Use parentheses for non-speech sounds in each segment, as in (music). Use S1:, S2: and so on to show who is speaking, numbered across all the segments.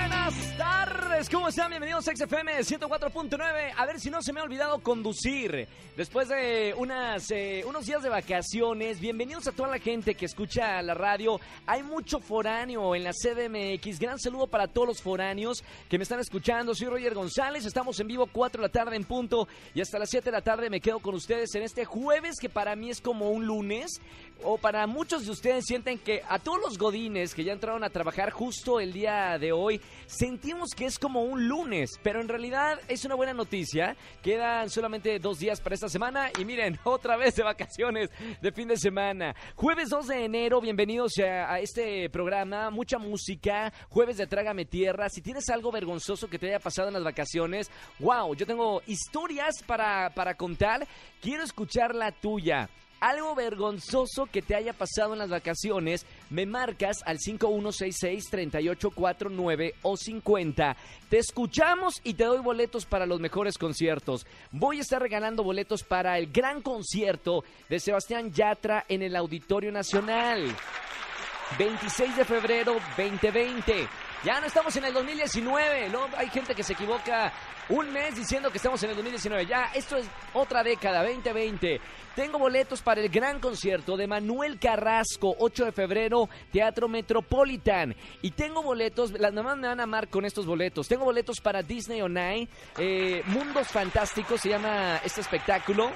S1: Buenas tardes, ¿cómo están? Bienvenidos a XFM 104.9. A ver si no se me ha olvidado conducir. Después de unas, eh, unos días de vacaciones, bienvenidos a toda la gente que escucha la radio. Hay mucho foráneo en la CDMX. Gran saludo para todos los foráneos que me están escuchando. Soy Roger González, estamos en vivo 4 de la tarde en punto y hasta las 7 de la tarde me quedo con ustedes en este jueves que para mí es como un lunes. O para muchos de ustedes sienten que a todos los godines que ya entraron a trabajar justo el día de hoy, sentimos que es como un lunes, pero en realidad es una buena noticia. Quedan solamente dos días para esta semana y miren, (laughs) otra vez de vacaciones de fin de semana. Jueves 2 de enero, bienvenidos a, a este programa, mucha música, jueves de Trágame Tierra. Si tienes algo vergonzoso que te haya pasado en las vacaciones, wow, yo tengo historias para, para contar, quiero escuchar la tuya algo vergonzoso que te haya pasado en las vacaciones, me marcas al 5166-3849 o 50. Te escuchamos y te doy boletos para los mejores conciertos. Voy a estar regalando boletos para el gran concierto de Sebastián Yatra en el Auditorio Nacional. 26 de febrero 2020. Ya no estamos en el 2019, ¿no? Hay gente que se equivoca un mes diciendo que estamos en el 2019. Ya, esto es otra década, 2020. Tengo boletos para el gran concierto de Manuel Carrasco, 8 de febrero, Teatro Metropolitan. Y tengo boletos, las mamás me van a amar con estos boletos. Tengo boletos para Disney On Ice, eh, Mundos Fantásticos se llama este espectáculo.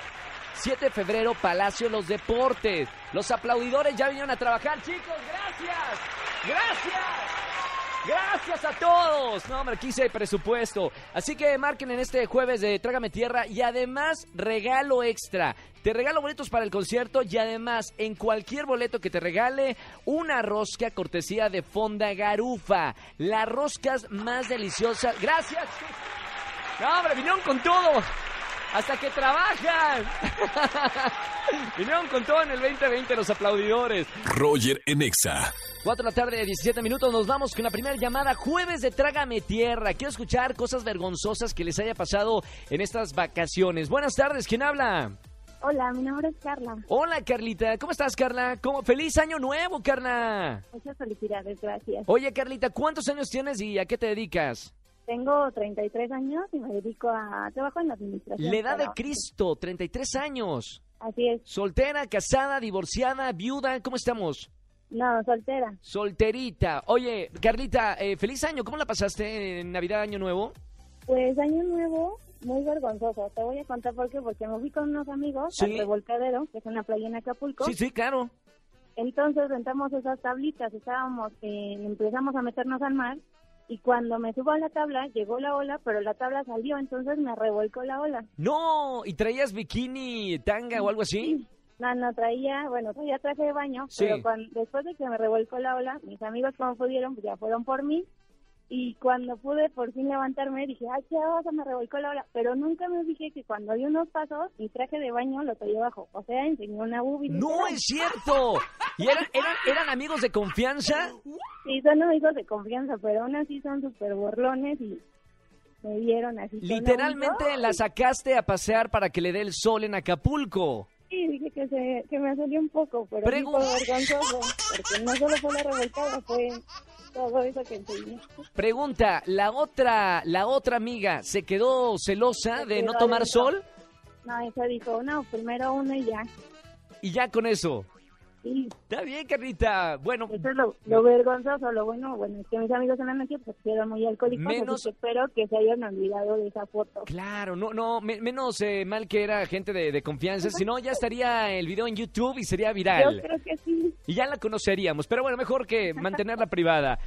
S1: 7 de febrero, Palacio de los Deportes. Los aplaudidores ya vinieron a trabajar, chicos. Gracias. Gracias. Gracias a todos. No, hombre, aquí sí hay presupuesto. Así que marquen en este jueves de Trágame Tierra y además regalo extra. Te regalo boletos para el concierto y además en cualquier boleto que te regale una rosca cortesía de Fonda Garufa. Las roscas más deliciosas. Gracias. No, hombre, vinieron con todo. Hasta que trabajan. vinieron con todo en el 2020 los aplaudidores.
S2: Roger en Exa.
S1: 4 de la tarde, 17 minutos, nos vamos con la primera llamada, jueves de Trágame Tierra. Quiero escuchar cosas vergonzosas que les haya pasado en estas vacaciones. Buenas tardes, ¿quién habla?
S3: Hola, mi nombre es Carla.
S1: Hola, Carlita, ¿cómo estás, Carla? ¿Cómo? ¡Feliz año nuevo, Carla!
S3: Muchas felicidades, gracias.
S1: Oye, Carlita, ¿cuántos años tienes y a qué te dedicas?
S3: Tengo 33 años y me dedico a trabajo en la administración.
S1: La edad de
S3: pero-
S1: Cristo, 33 años.
S3: Así es.
S1: Soltera, casada, divorciada, viuda, ¿cómo estamos?
S3: No, soltera.
S1: Solterita. Oye, Carlita, eh, feliz año, ¿cómo la pasaste en Navidad, Año Nuevo?
S3: Pues año nuevo, muy vergonzoso. Te voy a contar por qué, porque me fui con unos amigos
S1: Sí.
S3: al Revolcadero, que es una playa en Acapulco.
S1: Sí, sí, claro.
S3: Entonces rentamos esas tablitas, estábamos, eh, empezamos a meternos al mar y cuando me subo a la tabla llegó la ola, pero la tabla salió, entonces me revolcó la ola.
S1: No, ¿y traías bikini, tanga o algo así?
S3: No, no traía, bueno, traía traje de baño,
S1: Sí.
S3: pero cuan- después de que me revolcó la ola, mis amigos como pudieron, pues ya fueron por mí. Y cuando pude por fin levantarme, dije, ay, qué oso, me revolcó la ola. Pero nunca me dije que cuando di unos pasos, mi traje de baño lo traía abajo. O sea, enseñó una boobie.
S1: No
S3: literal.
S1: es cierto. ¿Y eran, eran, eran amigos de confianza?
S3: Sí, son amigos de confianza, pero aún así son súper borlones y me vieron así. ¡Oh! con la
S1: Literalmente
S3: boobie.
S1: la sacaste a pasear para que le dé el sol en Acapulco.
S3: Sí, dije que, se, que me salió un poco, pero sí
S1: Pregun-
S3: fue vergonzoso. Porque no solo fue la revolcada, fue todo eso que enseñé.
S1: Pregunta, ¿la otra, la otra amiga se quedó celosa
S3: Se
S1: de no
S3: quedó
S1: tomar
S3: adentro.
S1: sol?
S3: No, eso dijo, no, primero uno y ya.
S1: Y ya con eso.
S3: Sí,
S1: Está bien, Carlita. Bueno,
S3: eso es lo, lo vergonzoso, lo bueno, bueno, es que mis amigos en la noche pues eran muy alcohólicos,
S1: Menos-
S3: así que espero que se hayan olvidado de esa foto.
S1: claro, no, no, me- menos eh, mal que era gente de, de confianza, si no ya estaría el video en YouTube y sería
S3: Yo
S1: viral.
S3: creo que sí.
S1: Y ya la conoceríamos, pero bueno, mejor
S3: (laughs)
S1: que mantenerla privada.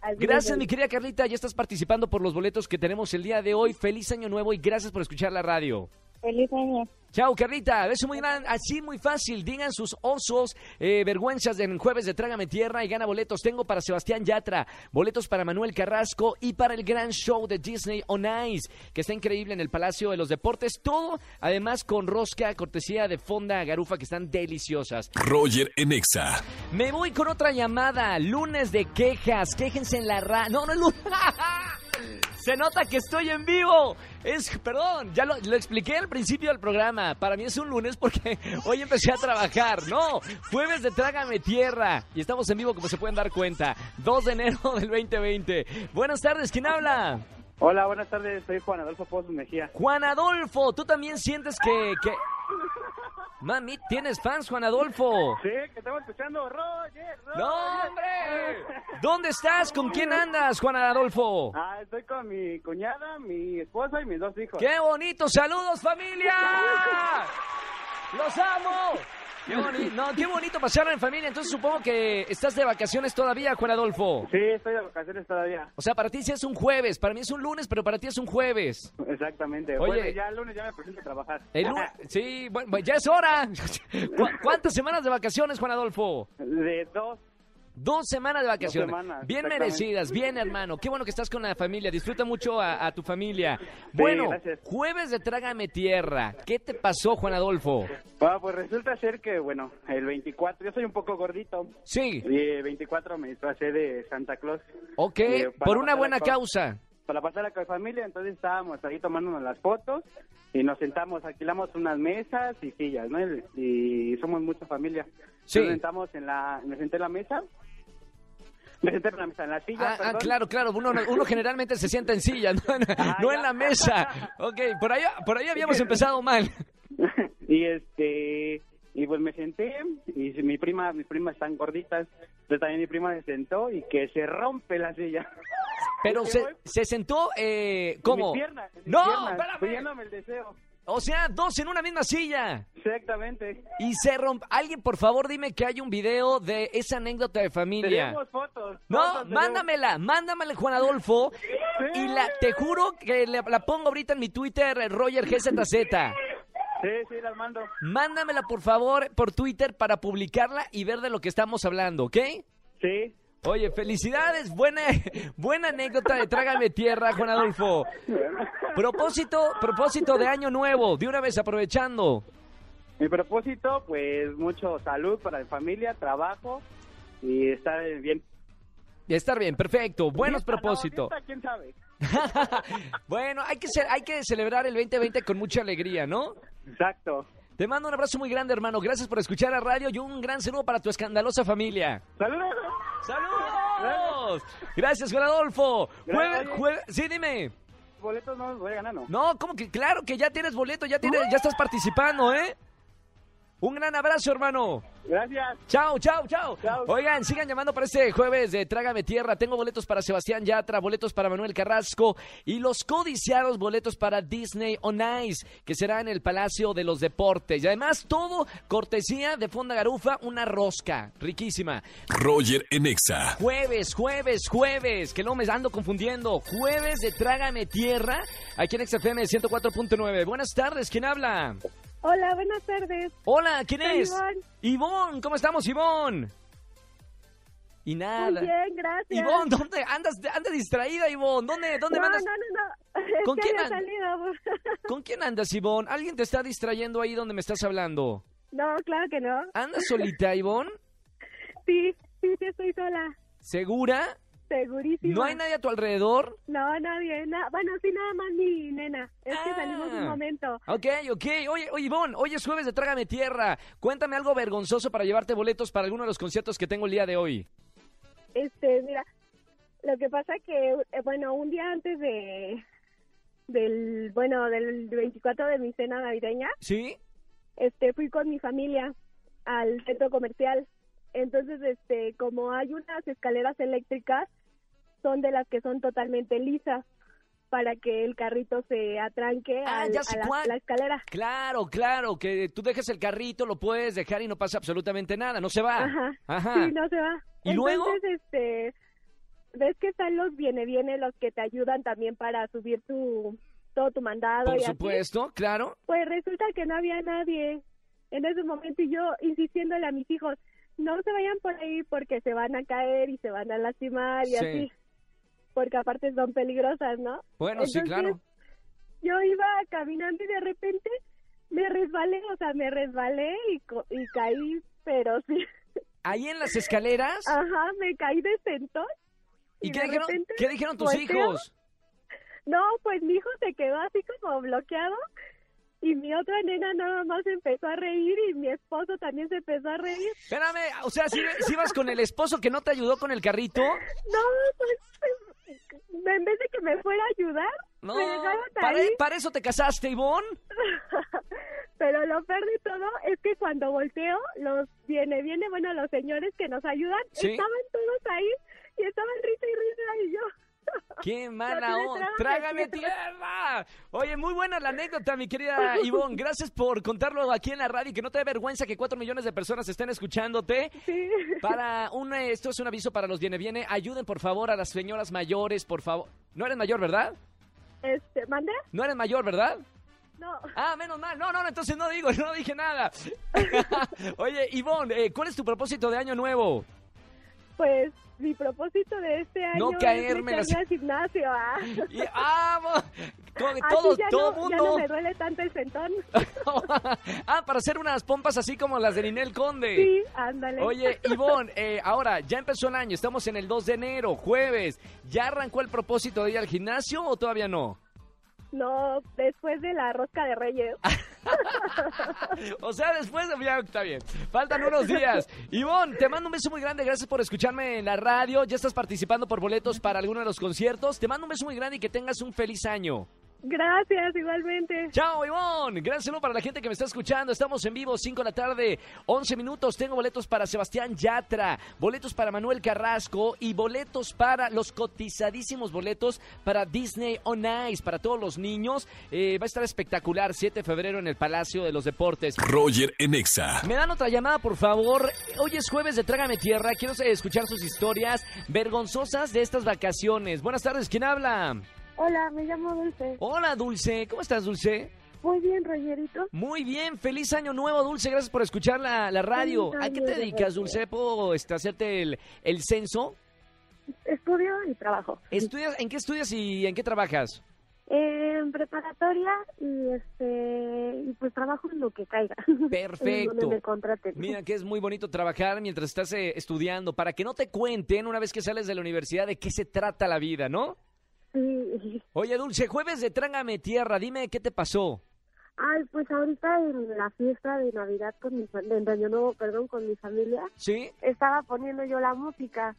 S3: Así
S1: Gracias,
S3: es.
S1: mi querida Carlita. Ya estás participando por los boletos que tenemos el día de hoy. Feliz año nuevo y gracias por escuchar la radio.
S3: Feliz año.
S1: Chao, Carlita. Beso muy grande. Así muy fácil. Digan sus osos, eh, vergüenzas en jueves de Trágame Tierra y gana boletos. Tengo para Sebastián Yatra, boletos para Manuel Carrasco y para el gran show de Disney on Ice, que está increíble en el Palacio de los Deportes. Todo, además, con rosca, cortesía de Fonda Garufa, que están deliciosas.
S2: Roger en Exa.
S1: Me voy con otra llamada. Lunes de quejas. Quéjense en la ra. No, no es lunes. (laughs) Se nota que estoy en vivo. Es, perdón, ya lo, lo expliqué al principio del programa. Para mí es un lunes porque (laughs) hoy empecé a trabajar. No, jueves de Trágame Tierra. Y estamos en vivo, como se pueden dar cuenta. 2 de enero del 2020. Buenas tardes, ¿quién habla?
S4: Hola, buenas tardes. Soy Juan Adolfo Pozos Mejía.
S1: Juan Adolfo, ¿tú también sientes que, que... Mami, ¿tienes fans, Juan Adolfo?
S4: Sí, que estamos escuchando. Roger, Roger.
S1: ¡No, hombre! ¿Dónde estás? ¿Con quién andas, Juan Adolfo?
S4: (laughs) Ah, estoy con mi cuñada, mi esposa y mis dos hijos.
S1: ¡Qué bonito! ¡Saludos, familia! ¡Los amo! Qué boni- no, qué bonito pasar en familia. Entonces supongo que estás de vacaciones todavía, Juan Adolfo.
S4: Sí, estoy de vacaciones todavía.
S1: O sea, para ti sí es un jueves. Para mí es un lunes, pero para ti es un jueves.
S4: Exactamente.
S1: Oye.
S4: Bueno, ya el lunes ya me presento a trabajar.
S1: El lu- sí, bueno, pues ya es hora. (laughs) ¿Cu- ¿Cuántas semanas de vacaciones, Juan Adolfo?
S4: (laughs) De dos.
S1: Dos semanas de vacaciones.
S4: semanas,
S1: bien
S4: exactamente.
S1: merecidas, bien hermano. Qué bueno que estás con la familia. Disfruta mucho a, a tu familia.
S4: Sí,
S1: Bueno,
S4: gracias.
S1: jueves de Trágame Tierra. ¿Qué te pasó, Juan Adolfo?
S4: Bueno, pues resulta ser que, bueno, el 24, yo soy un poco gordito.
S1: Sí,
S4: Y el 24 me disfracé de Santa Claus.
S1: ok,
S4: Eh, para
S1: por una
S4: pasar
S1: buena
S4: la cosa.
S1: causa.
S4: Para pasar con la familia, entonces estábamos ahí tomándonos las fotos y nos sentamos, alquilamos unas mesas y sillas, ¿no? Y, y somos mucha familia.
S1: Sí.
S4: Nos sentamos en la, me senté en la mesa, me senté en la mesa, en la silla,
S1: Ah, ah,
S4: perdón.
S1: claro, claro. Uno, uno generalmente se sienta en silla, no, en-
S4: Ah,
S1: (laughs) no
S4: ya.
S1: en la mesa. Ok, por ahí, por ahí habíamos empezado mal.
S4: y este, y pues me senté y si mi prima, mis primas están gorditas, entonces también mi prima se sentó y que se rompe la silla. (laughs)
S1: Pero se, se sentó, eh, ¿cómo?
S4: Mi pierna, mi
S1: no,
S4: pierna,
S1: espérame.
S4: pidiéndome el deseo.
S1: O sea, dos en una misma silla.
S4: Exactamente.
S1: Y se rompe. Alguien, por favor, dime que hay un video de esa anécdota de familia.
S4: Tenemos fotos.
S1: No,
S4: fotos, tenemos-
S1: mándamela, mándamela, Juan Adolfo. Y la, te juro que le- la pongo ahorita en mi Twitter, eh, Roger GZZ.
S4: Sí, sí, las mando.
S1: Mándamela, por favor, por Twitter para publicarla y ver de lo que estamos hablando, ¿ok?
S4: Sí.
S1: Oye, felicidades, buena, (laughs) buena anécdota de Trágame Tierra, Juan Adolfo. Propósito, propósito de año nuevo, de una vez aprovechando.
S4: Mi propósito, pues mucho salud para mi familia, trabajo y estar bien.
S1: Ya estar bien, perfecto, buenos
S4: Dieta, no,
S1: propósitos.
S4: dieta, ¿Quién sabe?
S1: bueno, hay que, ser, hay que celebrar el 2020 con mucha alegría, ¿no?
S4: Exacto.
S1: Te mando un abrazo muy grande, hermano. Gracias por escuchar a radio y un gran saludo para tu escandalosa familia.
S4: Saludos.
S1: ¡Saludos! Gracias, Juan Adolfo. Jueves,
S4: Gracias.
S1: jueves- sí, dime.
S4: Boletos no los voy a ganar, ¿no?
S1: No, ¿cómo que? Claro que ya tienes boleto, ya, tienes, ya estás participando, ¿eh? Un gran abrazo, hermano.
S4: Gracias.
S1: Chao, chao, chao.
S4: Chao.
S1: Oigan, sigan llamando para este jueves de Trágame Tierra. Tengo boletos para Sebastián Yatra, boletos para Manuel Carrasco y los codiciados boletos para Disney on Ice, que será en el Palacio de los Deportes. Y además, todo cortesía de Fonda Garufa, una rosca riquísima.
S2: Roger en Exa.
S1: Jueves, jueves, jueves, que no me ando confundiendo. Jueves de Trágame Tierra, aquí en XFM 104.9. Buenas tardes, ¿quién habla?
S3: Hola, buenas tardes.
S1: Hola, ¿quién
S3: Soy
S1: es?
S3: Ivonne.
S1: Ivonne, ¿cómo estamos, Ivonne? Y
S3: Muy
S1: nada.
S3: bien, gracias.
S1: Ivonne, ¿dónde andas? Anda distraída, Ivonne. ¿Dónde, dónde
S3: no,
S1: mandas?
S3: no, no, no. (laughs) Es
S1: ¿Con
S3: que
S1: quién
S3: había
S1: andas?
S3: salido.
S1: ¿Con quién andas, Ivonne? ¿Alguien te está distrayendo ahí donde me estás hablando?
S3: (laughs) no, claro que no.
S1: ¿Andas solita, Ivonne?
S3: Sí, sí, sí, estoy sola.
S1: ¿Segura?
S3: Segurísima.
S1: ¿No hay nadie a tu alrededor?
S3: No, nadie. na- bueno, sí, nada más mi nena. Es que
S1: Ah.
S3: salimos un momento.
S1: Ok, ok. Oye, oye, Ivonne, hoy es jueves de Trágame Tierra. Cuéntame algo vergonzoso para llevarte boletos para alguno de los conciertos que tengo el día de hoy.
S3: Este, mira, lo que pasa que, eh, bueno, un día antes de del bueno del 24 de mi cena navideña
S1: ¿Sí?
S3: este fui con mi familia al centro comercial entonces este como hay unas escaleras eléctricas son de las que son totalmente lisas para que el carrito se atranque
S1: Ah,
S3: al-
S1: ya sé
S3: a la,
S1: cuál.
S3: la escalera
S1: Claro, claro, que tú dejes el carrito, lo puedes dejar y no pasa absolutamente nada, no se va.
S3: Ajá. sí no se va
S1: Ah. ¿Y luego?
S3: entonces este ves que están los viene viene los que te ayudan también para subir tu todo tu mandado
S1: Por
S3: y así.
S1: supuesto, claro.
S3: Pues resulta que no había nadie en ese momento y yo insistiéndole a mis hijos, no se vayan por ahí porque se van a caer y se van a lastimar y
S1: Sí.
S3: así, porque aparte son peligrosas, ¿no?
S1: Bueno, sí,
S3: Entonces,
S1: claro.
S3: Yo iba caminando y de repente me resbalé, o sea, me resbalé y, co- y caí, pero sí, (laughs)
S1: Ahí en las escaleras.
S3: ajá, me caí de sentón.
S1: ¿Y,
S3: ah, y
S1: qué
S3: de
S1: dijeron,
S3: repente
S1: qué dijeron tus
S3: volteo.
S1: hijos?
S3: No, pues mi hijo se quedó así como bloqueado y mi otra nena nada más empezó a reír y mi esposo también se empezó a reír.
S1: Espérame, o sea, si, ibas con el esposo que no te ayudó con el
S3: (laughs)
S1: carrito.
S3: No, pues pues, en vez de que me fuera a ayudar,
S1: No,
S3: me dejaron
S1: para,
S3: Pues, ahí.
S1: para eso te casaste, Ivonne.
S3: Pero lo peor de todo es que cuando volteo, los viene, viene, bueno, los señores que nos ayudan,
S1: Sí.
S3: estaban todos ahí y estaban risa y risa y yo.
S1: ¡Qué mala
S3: tiene
S1: onda! ¡Trágame
S3: trágame
S1: tierra! Oye, muy buena la anécdota, mi
S3: (laughs)
S1: querida Ivonne. Gracias por contarlo aquí en la radio y que no te dé vergüenza que cuatro millones de personas estén escuchándote.
S3: Sí.
S1: Para un, eh, esto es un aviso para los viene viene. Ayuden por favor a las señoras mayores, por favor. No eres mayor, ¿verdad?
S3: Este, ¿mandé?
S1: No eres mayor, ¿verdad?
S3: No.
S1: Ah, menos mal. No, no, no, entonces no digo, (laughs) no dije nada. Oye, Ivonne, eh, ¿cuál es tu propósito de año nuevo?
S3: Pues mi propósito de este año
S1: No caerme
S3: es
S1: las-
S3: meterme al gimnasio. Ah.
S1: Y, ah, mo- todo,
S3: Así
S1: todo,
S3: ya
S1: todo
S3: no,
S1: mundo.
S3: Ya no me duele tanto el sentón.
S1: (laughs) ah, para hacer unas pompas así como las de Ninel Conde.
S3: Sí, ándale.
S1: Oye, Ivonne, eh, ahora ya empezó el año, estamos en el 2 de enero, jueves. ¿Ya arrancó el propósito de ir al gimnasio o todavía no?
S3: No, después de la rosca de reyes.
S1: Ah. O sea, después de... ya, está bien, faltan unos días. Ivonne, te mando un beso muy grande, gracias por escucharme en la radio. Ya estás participando por boletos para alguno de los conciertos. Te mando un beso muy grande y que tengas un feliz año.
S3: Gracias, igualmente.
S1: Chao, Ivonne. Gran saludo para la gente que me está escuchando. Estamos en vivo, 5 de la tarde, 11 minutos. Tengo boletos para Sebastián Yatra, boletos para Manuel Carrasco y boletos para los cotizadísimos boletos para Disney On Ice, para todos los niños. Eh, va a estar espectacular, 7 de febrero en el Palacio de los Deportes.
S2: Roger en Exa.
S1: Me dan otra llamada, por favor. Hoy es jueves de Trágame Tierra. Quiero eh, escuchar sus historias vergonzosas de estas vacaciones. Buenas tardes, ¿quién habla?
S3: Hola, me llamo Dulce.
S1: Hola, Dulce. ¿Cómo estás, Dulce?
S3: Muy bien, Rogerito.
S1: Muy bien, feliz año nuevo, Dulce. Gracias por escuchar la, la radio.
S3: Feliz
S1: ¿A qué
S3: año
S1: te
S3: nuevo.
S1: dedicas, Dulce? ¿Puedo este, hacerte el, el censo?
S3: Estudio y trabajo.
S1: ¿Estudias, ¿En qué estudias y en qué trabajas?
S3: En preparatoria y este y pues trabajo en lo que caiga. (laughs)
S1: Perfecto.
S3: Donde me contraten.
S1: Mira que es muy bonito trabajar mientras estás eh, estudiando, para que no te cuenten una vez que sales de la universidad de qué se trata la vida, ¿no?
S3: Sí.
S1: Oye, Dulce, jueves de Trángame Tierra, dime qué te pasó.
S3: Ay, pues ahorita en la fiesta de Navidad con mi fa- de Año Nuevo, perdón, con mi familia,
S1: ¿Sí?
S3: estaba poniendo yo la música,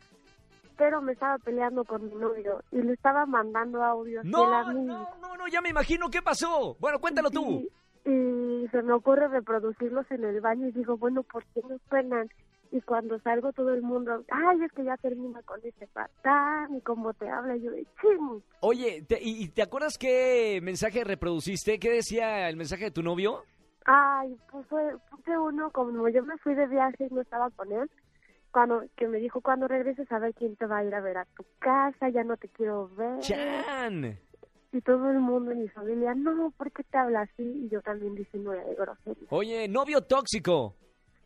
S3: pero me estaba peleando con mi novio y le estaba mandando audios de la
S1: No,
S3: música.
S1: no, no, no, ya me imagino qué pasó. Bueno, cuéntalo tú.
S3: Y, y se me ocurre reproducirlos en el baño y digo, bueno, ¿por qué no suenan? Y cuando salgo todo el mundo, ay, es que ya termina con este patán y cómo te habla. Y yo de chim.
S1: Oye, te- y, y te acuerdas qué mensaje reproduciste? ¿Qué decía el mensaje de tu novio?
S3: Ay, pues fue, puse uno, como yo me fui de viaje y no estaba con él, cuando, que me dijo, cuando regreses a ver quién te va a ir a ver a tu casa, ya no te quiero ver.
S1: ¡Chan!
S3: Y todo el mundo en mi familia, no, ¿por qué te habla así? Y yo también diciendo de grosería.
S1: Oye, novio tóxico.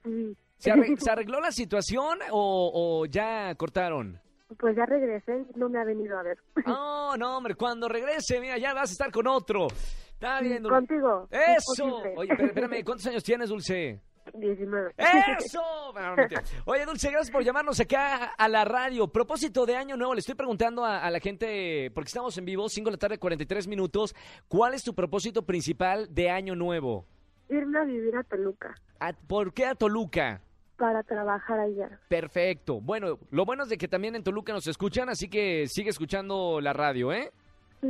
S3: Sí.
S1: ¿Se, arre- se arregló la situación o, o ya cortaron?
S3: Pues ya regresé y no me ha venido a ver.
S1: No, no, hombre, cuando regrese, mira, ya vas a estar con otro. Está bien, Dulce.
S3: Contigo.
S1: ¡Eso!
S3: imposible.
S1: Oye, Eh. pero espérame, ¿cuántos años tienes, Dulce?
S3: (laughs) 19.
S1: ¡Eso! Bueno, (laughs) no mentira. Oye, Dulce, gracias por llamarnos acá a la radio. Propósito de año nuevo, le estoy preguntando a, a la gente, porque estamos en vivo, 5 de la tarde, 43 minutos, ¿cuál es tu propósito principal de año nuevo?
S3: Irme a vivir a Toluca
S1: ¿A- ¿Por qué a Toluca?
S3: para trabajar allá.
S1: Perfecto. Bueno, lo bueno es de que también en Toluca nos escuchan, así que sigue escuchando la radio, ¿eh?
S3: Sí.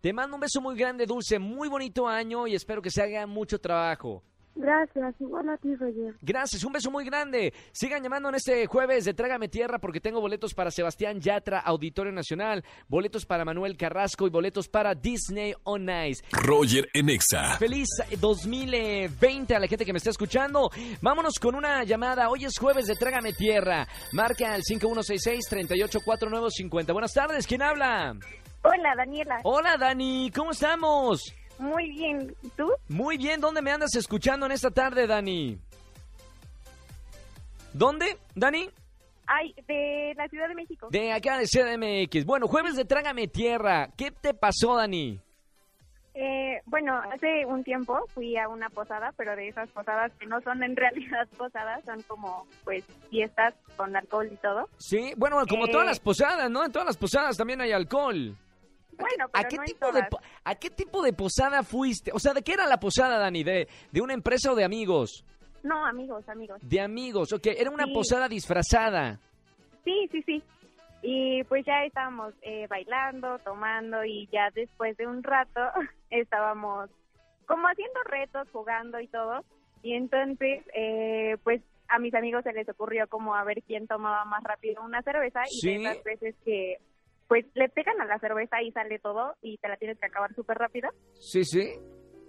S1: Te mando un beso muy grande, Dulce. Muy bonito año y espero que se haga mucho trabajo.
S3: Gracias. Igual a ti, Roger.
S1: Gracias, un beso muy grande. Sigan llamando en este jueves de Trágame Tierra porque tengo boletos para Sebastián Yatra, Auditorio Nacional, boletos para Manuel Carrasco y boletos para Disney on Ice.
S2: Roger en Exa.
S1: Feliz 2020 a la gente que me está escuchando. Vámonos con una llamada. Hoy es jueves de Trágame Tierra. Marca al 5166-384950. Buenas tardes, ¿quién habla?
S5: Hola, Daniela.
S1: Hola Dani, ¿cómo estamos?
S5: Muy bien. ¿Y ¿Tú?
S1: Muy bien, ¿dónde me andas escuchando en esta tarde, Dani? ¿Dónde, Dani?
S5: Ay, de la Ciudad de México.
S1: De acá de CDMX. Bueno, jueves de Trágame Tierra. ¿Qué te pasó, Dani?
S5: Eh, bueno, hace un tiempo fui a una posada, pero de esas posadas que no son en realidad (laughs) posadas, son como pues fiestas con alcohol y todo.
S1: Sí, bueno, como
S5: Eh.
S1: todas las posadas, ¿no? En todas las posadas también hay alcohol.
S5: Bueno,
S1: ¿A
S5: pero
S1: qué,
S5: no en
S1: tipo de,
S5: todas.
S1: po- ¿A qué tipo de posada fuiste? O sea, ¿de qué era la posada, Dani? ¿De, de una empresa o de amigos?
S5: No, amigos, amigos.
S1: De amigos, ok. Era una
S5: Sí.
S1: posada disfrazada.
S5: Sí, sí, sí. Y pues ya estábamos eh, bailando, tomando y ya después de un rato (laughs) estábamos como haciendo retos, jugando y todo. Y entonces, eh, pues a mis amigos se les ocurrió como a ver quién tomaba más rápido una cerveza y
S1: Sí.
S5: de esas veces que pues le pegan a la cerveza y sale todo y te la tienes que acabar súper rápido.
S1: Sí, sí.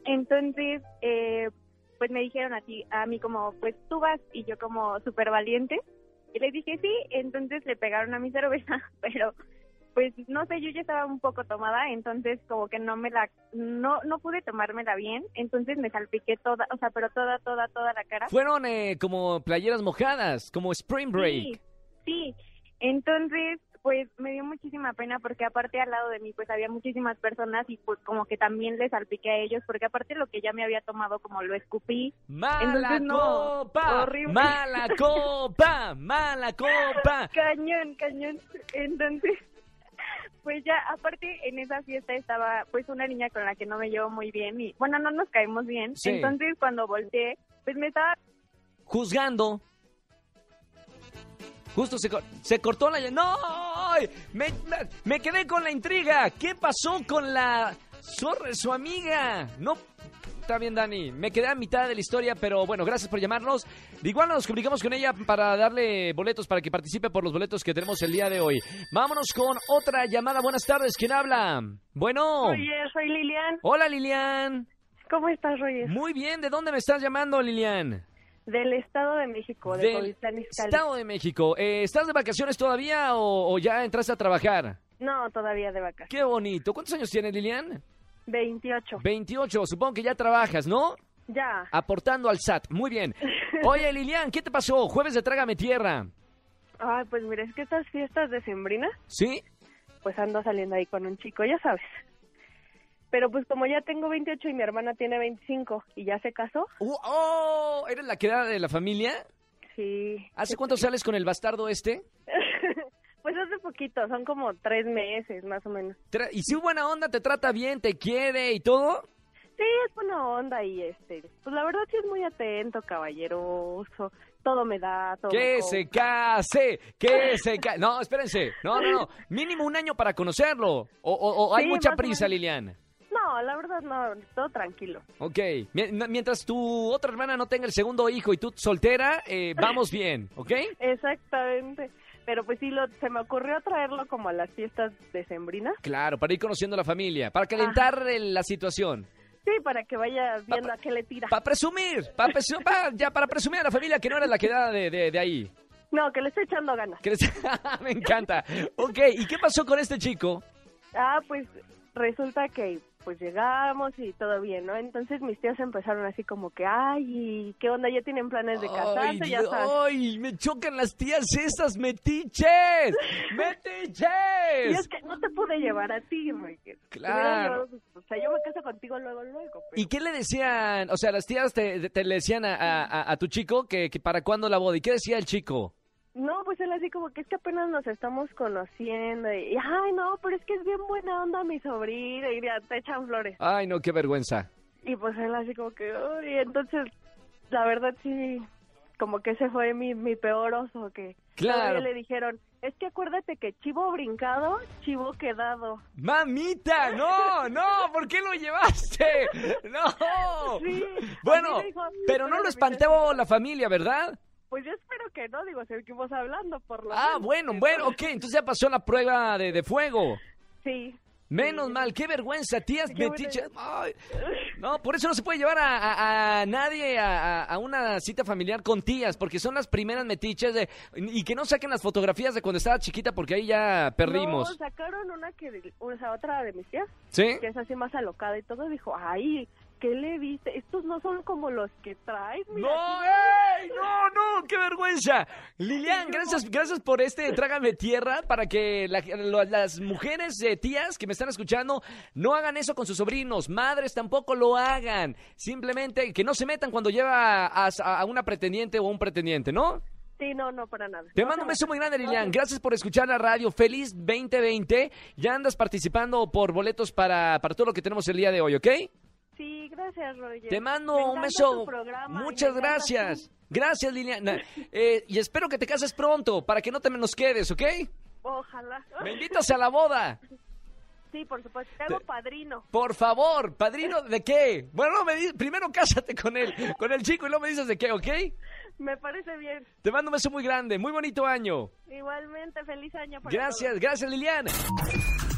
S5: Entonces, eh, pues me dijeron a ti, a mí como, pues tú vas y yo como súper valiente. Y les dije sí, entonces le pegaron a mi cerveza, (laughs) pero pues no sé, yo ya estaba un poco tomada, entonces como que no me la, no, no pude tomármela bien, entonces me salpiqué toda, o sea, pero toda, toda, toda la cara.
S1: Fueron eh, como playeras mojadas, como Spring Break.
S5: Ah. Sí, sí. Entonces, pues me dio muchísima pena porque aparte al lado de mí pues había muchísimas personas y pues como que también les salpiqué a ellos porque aparte lo que ya me había tomado como lo escupí.
S1: Mala
S5: Entonces, no,
S1: copa,
S5: horrible.
S1: mala copa,
S5: (laughs)
S1: mala copa.
S5: Cañón, cañón. Entonces, pues ya aparte en esa fiesta estaba pues una niña con la que no me llevo muy bien y bueno, no nos caímos bien.
S1: Sí.
S5: Entonces cuando volteé, pues me estaba
S1: Juzgando. Justo se, cor- se cortó la... ll- ¡No! ¡Ay! Me, me- me quedé con la intriga. ¿Qué pasó con la zorra, su amiga? No... Está bien, Dani. Me quedé a mitad de la historia, pero bueno, gracias por llamarnos. De igual nos comunicamos con ella para darle boletos, para que participe por los boletos que tenemos el día de hoy. Vámonos con otra llamada. Buenas tardes. ¿Quién habla? Bueno.
S5: soy Lilian.
S1: Hola, Lilian.
S5: ¿Cómo estás, Roger?
S1: Muy bien, ¿de dónde me estás llamando, Lilian?
S5: Del Estado de México,
S1: de Del Cuautitlán, Estado de México. Eh, ¿Estás de vacaciones todavía o, o ya entraste a trabajar?
S5: No, todavía de vacas.
S1: Qué bonito. ¿Cuántos años tienes, Lilian?
S5: 28.
S1: 28. Supongo que ya trabajas, ¿no?
S5: Ya.
S1: Aportando al SAT. Muy
S5: (laughs)
S1: bien. Oye, Lilian, ¿qué te pasó? Jueves de Trágame Tierra.
S5: Ay, pues mira, es que estas fiestas decembrinas,
S1: ¿Sí?
S5: pues ando saliendo ahí con un chico, ya sabes. Pero pues como ya tengo 28 y mi hermana tiene 25 y ya se casó,
S1: Uh, ¡Oh! ¿Eres la quedada de la familia?
S5: sí.
S1: ¿Hace cuánto sales con el bastardo este?
S5: Pues hace poquito, son como tres meses más o menos.
S1: Tra- ¿Y si buena onda te trata bien, te quiere y todo?
S5: Sí, es buena onda y este, pues la verdad sí es muy atento, caballeroso, todo me da, todo. me
S1: Que
S5: compra.
S1: se case,
S5: (laughs)
S1: que se case. No, espérense. No, no, no. Mínimo un año para conocerlo. O, o- o hay
S5: Sí,
S1: mucha
S5: más o
S1: prisa,
S5: menos.
S1: Lilian.
S5: No, la verdad no, todo tranquilo.
S1: Ok. Mi- no, Mientras tu otra hermana no tenga el segundo hijo y tú soltera, eh, vamos bien, ¿ok?
S5: Exactamente. Pero pues sí, lo, se me ocurrió traerlo como a las fiestas decembrinas.
S1: Claro, para ir conociendo a la familia, para calentar eh, la situación.
S5: Sí, para que vaya viendo a qué le tira.
S1: Para presumir, para ya para presumir a la familia que no era la quedada de, de, de ahí.
S5: No, que le está echando ganas.
S1: Que les- (laughs) Me encanta. Ok, ¿y qué pasó con este chico?
S5: Ah, pues resulta que pues llegamos y todo bien, ¿no? Entonces mis tíos empezaron así como que, ay, ¿y ¿qué onda? Ya tienen planes de casarse, ya
S1: Dios,
S5: sabes.
S1: ay, me chocan las tías esas
S5: (laughs)
S1: metiches.
S5: Y es
S1: ¡Metiches!
S5: que no te pude llevar a ti, Enrique. Te hubiera
S1: Claro.
S5: llevado, pues, O sea, yo me caso contigo luego, luego. pero-
S1: ¿Y qué le decían? O sea, las tías te, te le decían a, a- a- a tu chico que, que para cuándo la boda. ¿Y qué decía el chico?
S5: No, pues él así como que es que apenas nos estamos conociendo y, y, ay no, pero es que es bien buena onda mi sobrino y ya te echan flores.
S1: Ay, no, qué vergüenza.
S5: Y pues él así como que, uy, entonces la verdad sí, como que ese fue mi, mi peor oso que
S1: Claro.
S5: todavía le dijeron, es que acuérdate que chivo brincado, chivo quedado.
S1: Mamita, no, no, ¿por qué lo llevaste? (laughs) No.
S5: Sí,
S1: (laughs) bueno,
S5: así dijo,
S1: pero no
S5: pero
S1: lo
S5: me
S1: espantó la familia, ¿verdad?
S5: Pues yo espero que no, digo, seguimos hablando por lo
S1: Ah,
S5: menos.
S1: bueno, bueno, ok, entonces ya pasó la prueba de, de fuego.
S5: Sí,
S1: Menos mal, qué vergüenza,
S5: (laughs)
S1: tías metiches. Ay, no, por eso no se puede llevar a, a- a nadie a, a- a una cita familiar con tías, porque son las primeras metiches de, y que no saquen las fotografías de cuando estaba chiquita, porque ahí ya
S5: No,
S1: perdimos. ¿Eh?
S5: sacaron una que, de- o sea, otra de mis tías,
S1: ¿Sí?
S5: que es así más alocada y todo, dijo, ay, ¿qué le viste? Estos no son como los que traes, mira.
S1: ¡No, eh.
S5: aquí".
S1: ey! ¡No, no! ¡Qué vergüenza! Lilian, gracias, gracias por este Trágame Tierra para que la- lo- las mujeres eh, tías que me están escuchando no hagan eso con sus sobrinos. Madres tampoco lo hagan. Simplemente que no se metan cuando lleva a, a una pretendiente o un pretendiente, ¿no?
S5: Sí, no, no, para nada.
S1: Te
S5: No
S1: mando
S5: se
S1: un
S5: me-
S1: beso muy grande, Lilian. Gracias por escuchar la radio. Feliz 2020. Ya andas participando por boletos para, para todo lo que tenemos el día de hoy, ¿ok?
S5: Sí, gracias, Roger.
S1: Te mando
S5: Me
S1: un
S5: encanta
S1: beso.
S5: tu programa y
S1: Muchas
S5: me encanta
S1: gracias.
S5: tú.
S1: Gracias, Liliana. Eh, y espero que te cases pronto para que no te nos quedes, ¿ok?
S5: Ojalá.
S1: Me invitas a la boda.
S5: Sí, por supuesto. Te hago padrino.
S1: Por favor, padrino, ¿de qué? Bueno, no, me di- primero cásate con él, con el chico y luego me dices de qué, ¿ok?
S5: Me parece bien.
S1: Te mando un beso muy grande, muy bonito año.
S5: Igualmente, feliz año para
S1: Gracias, gracias Liliana.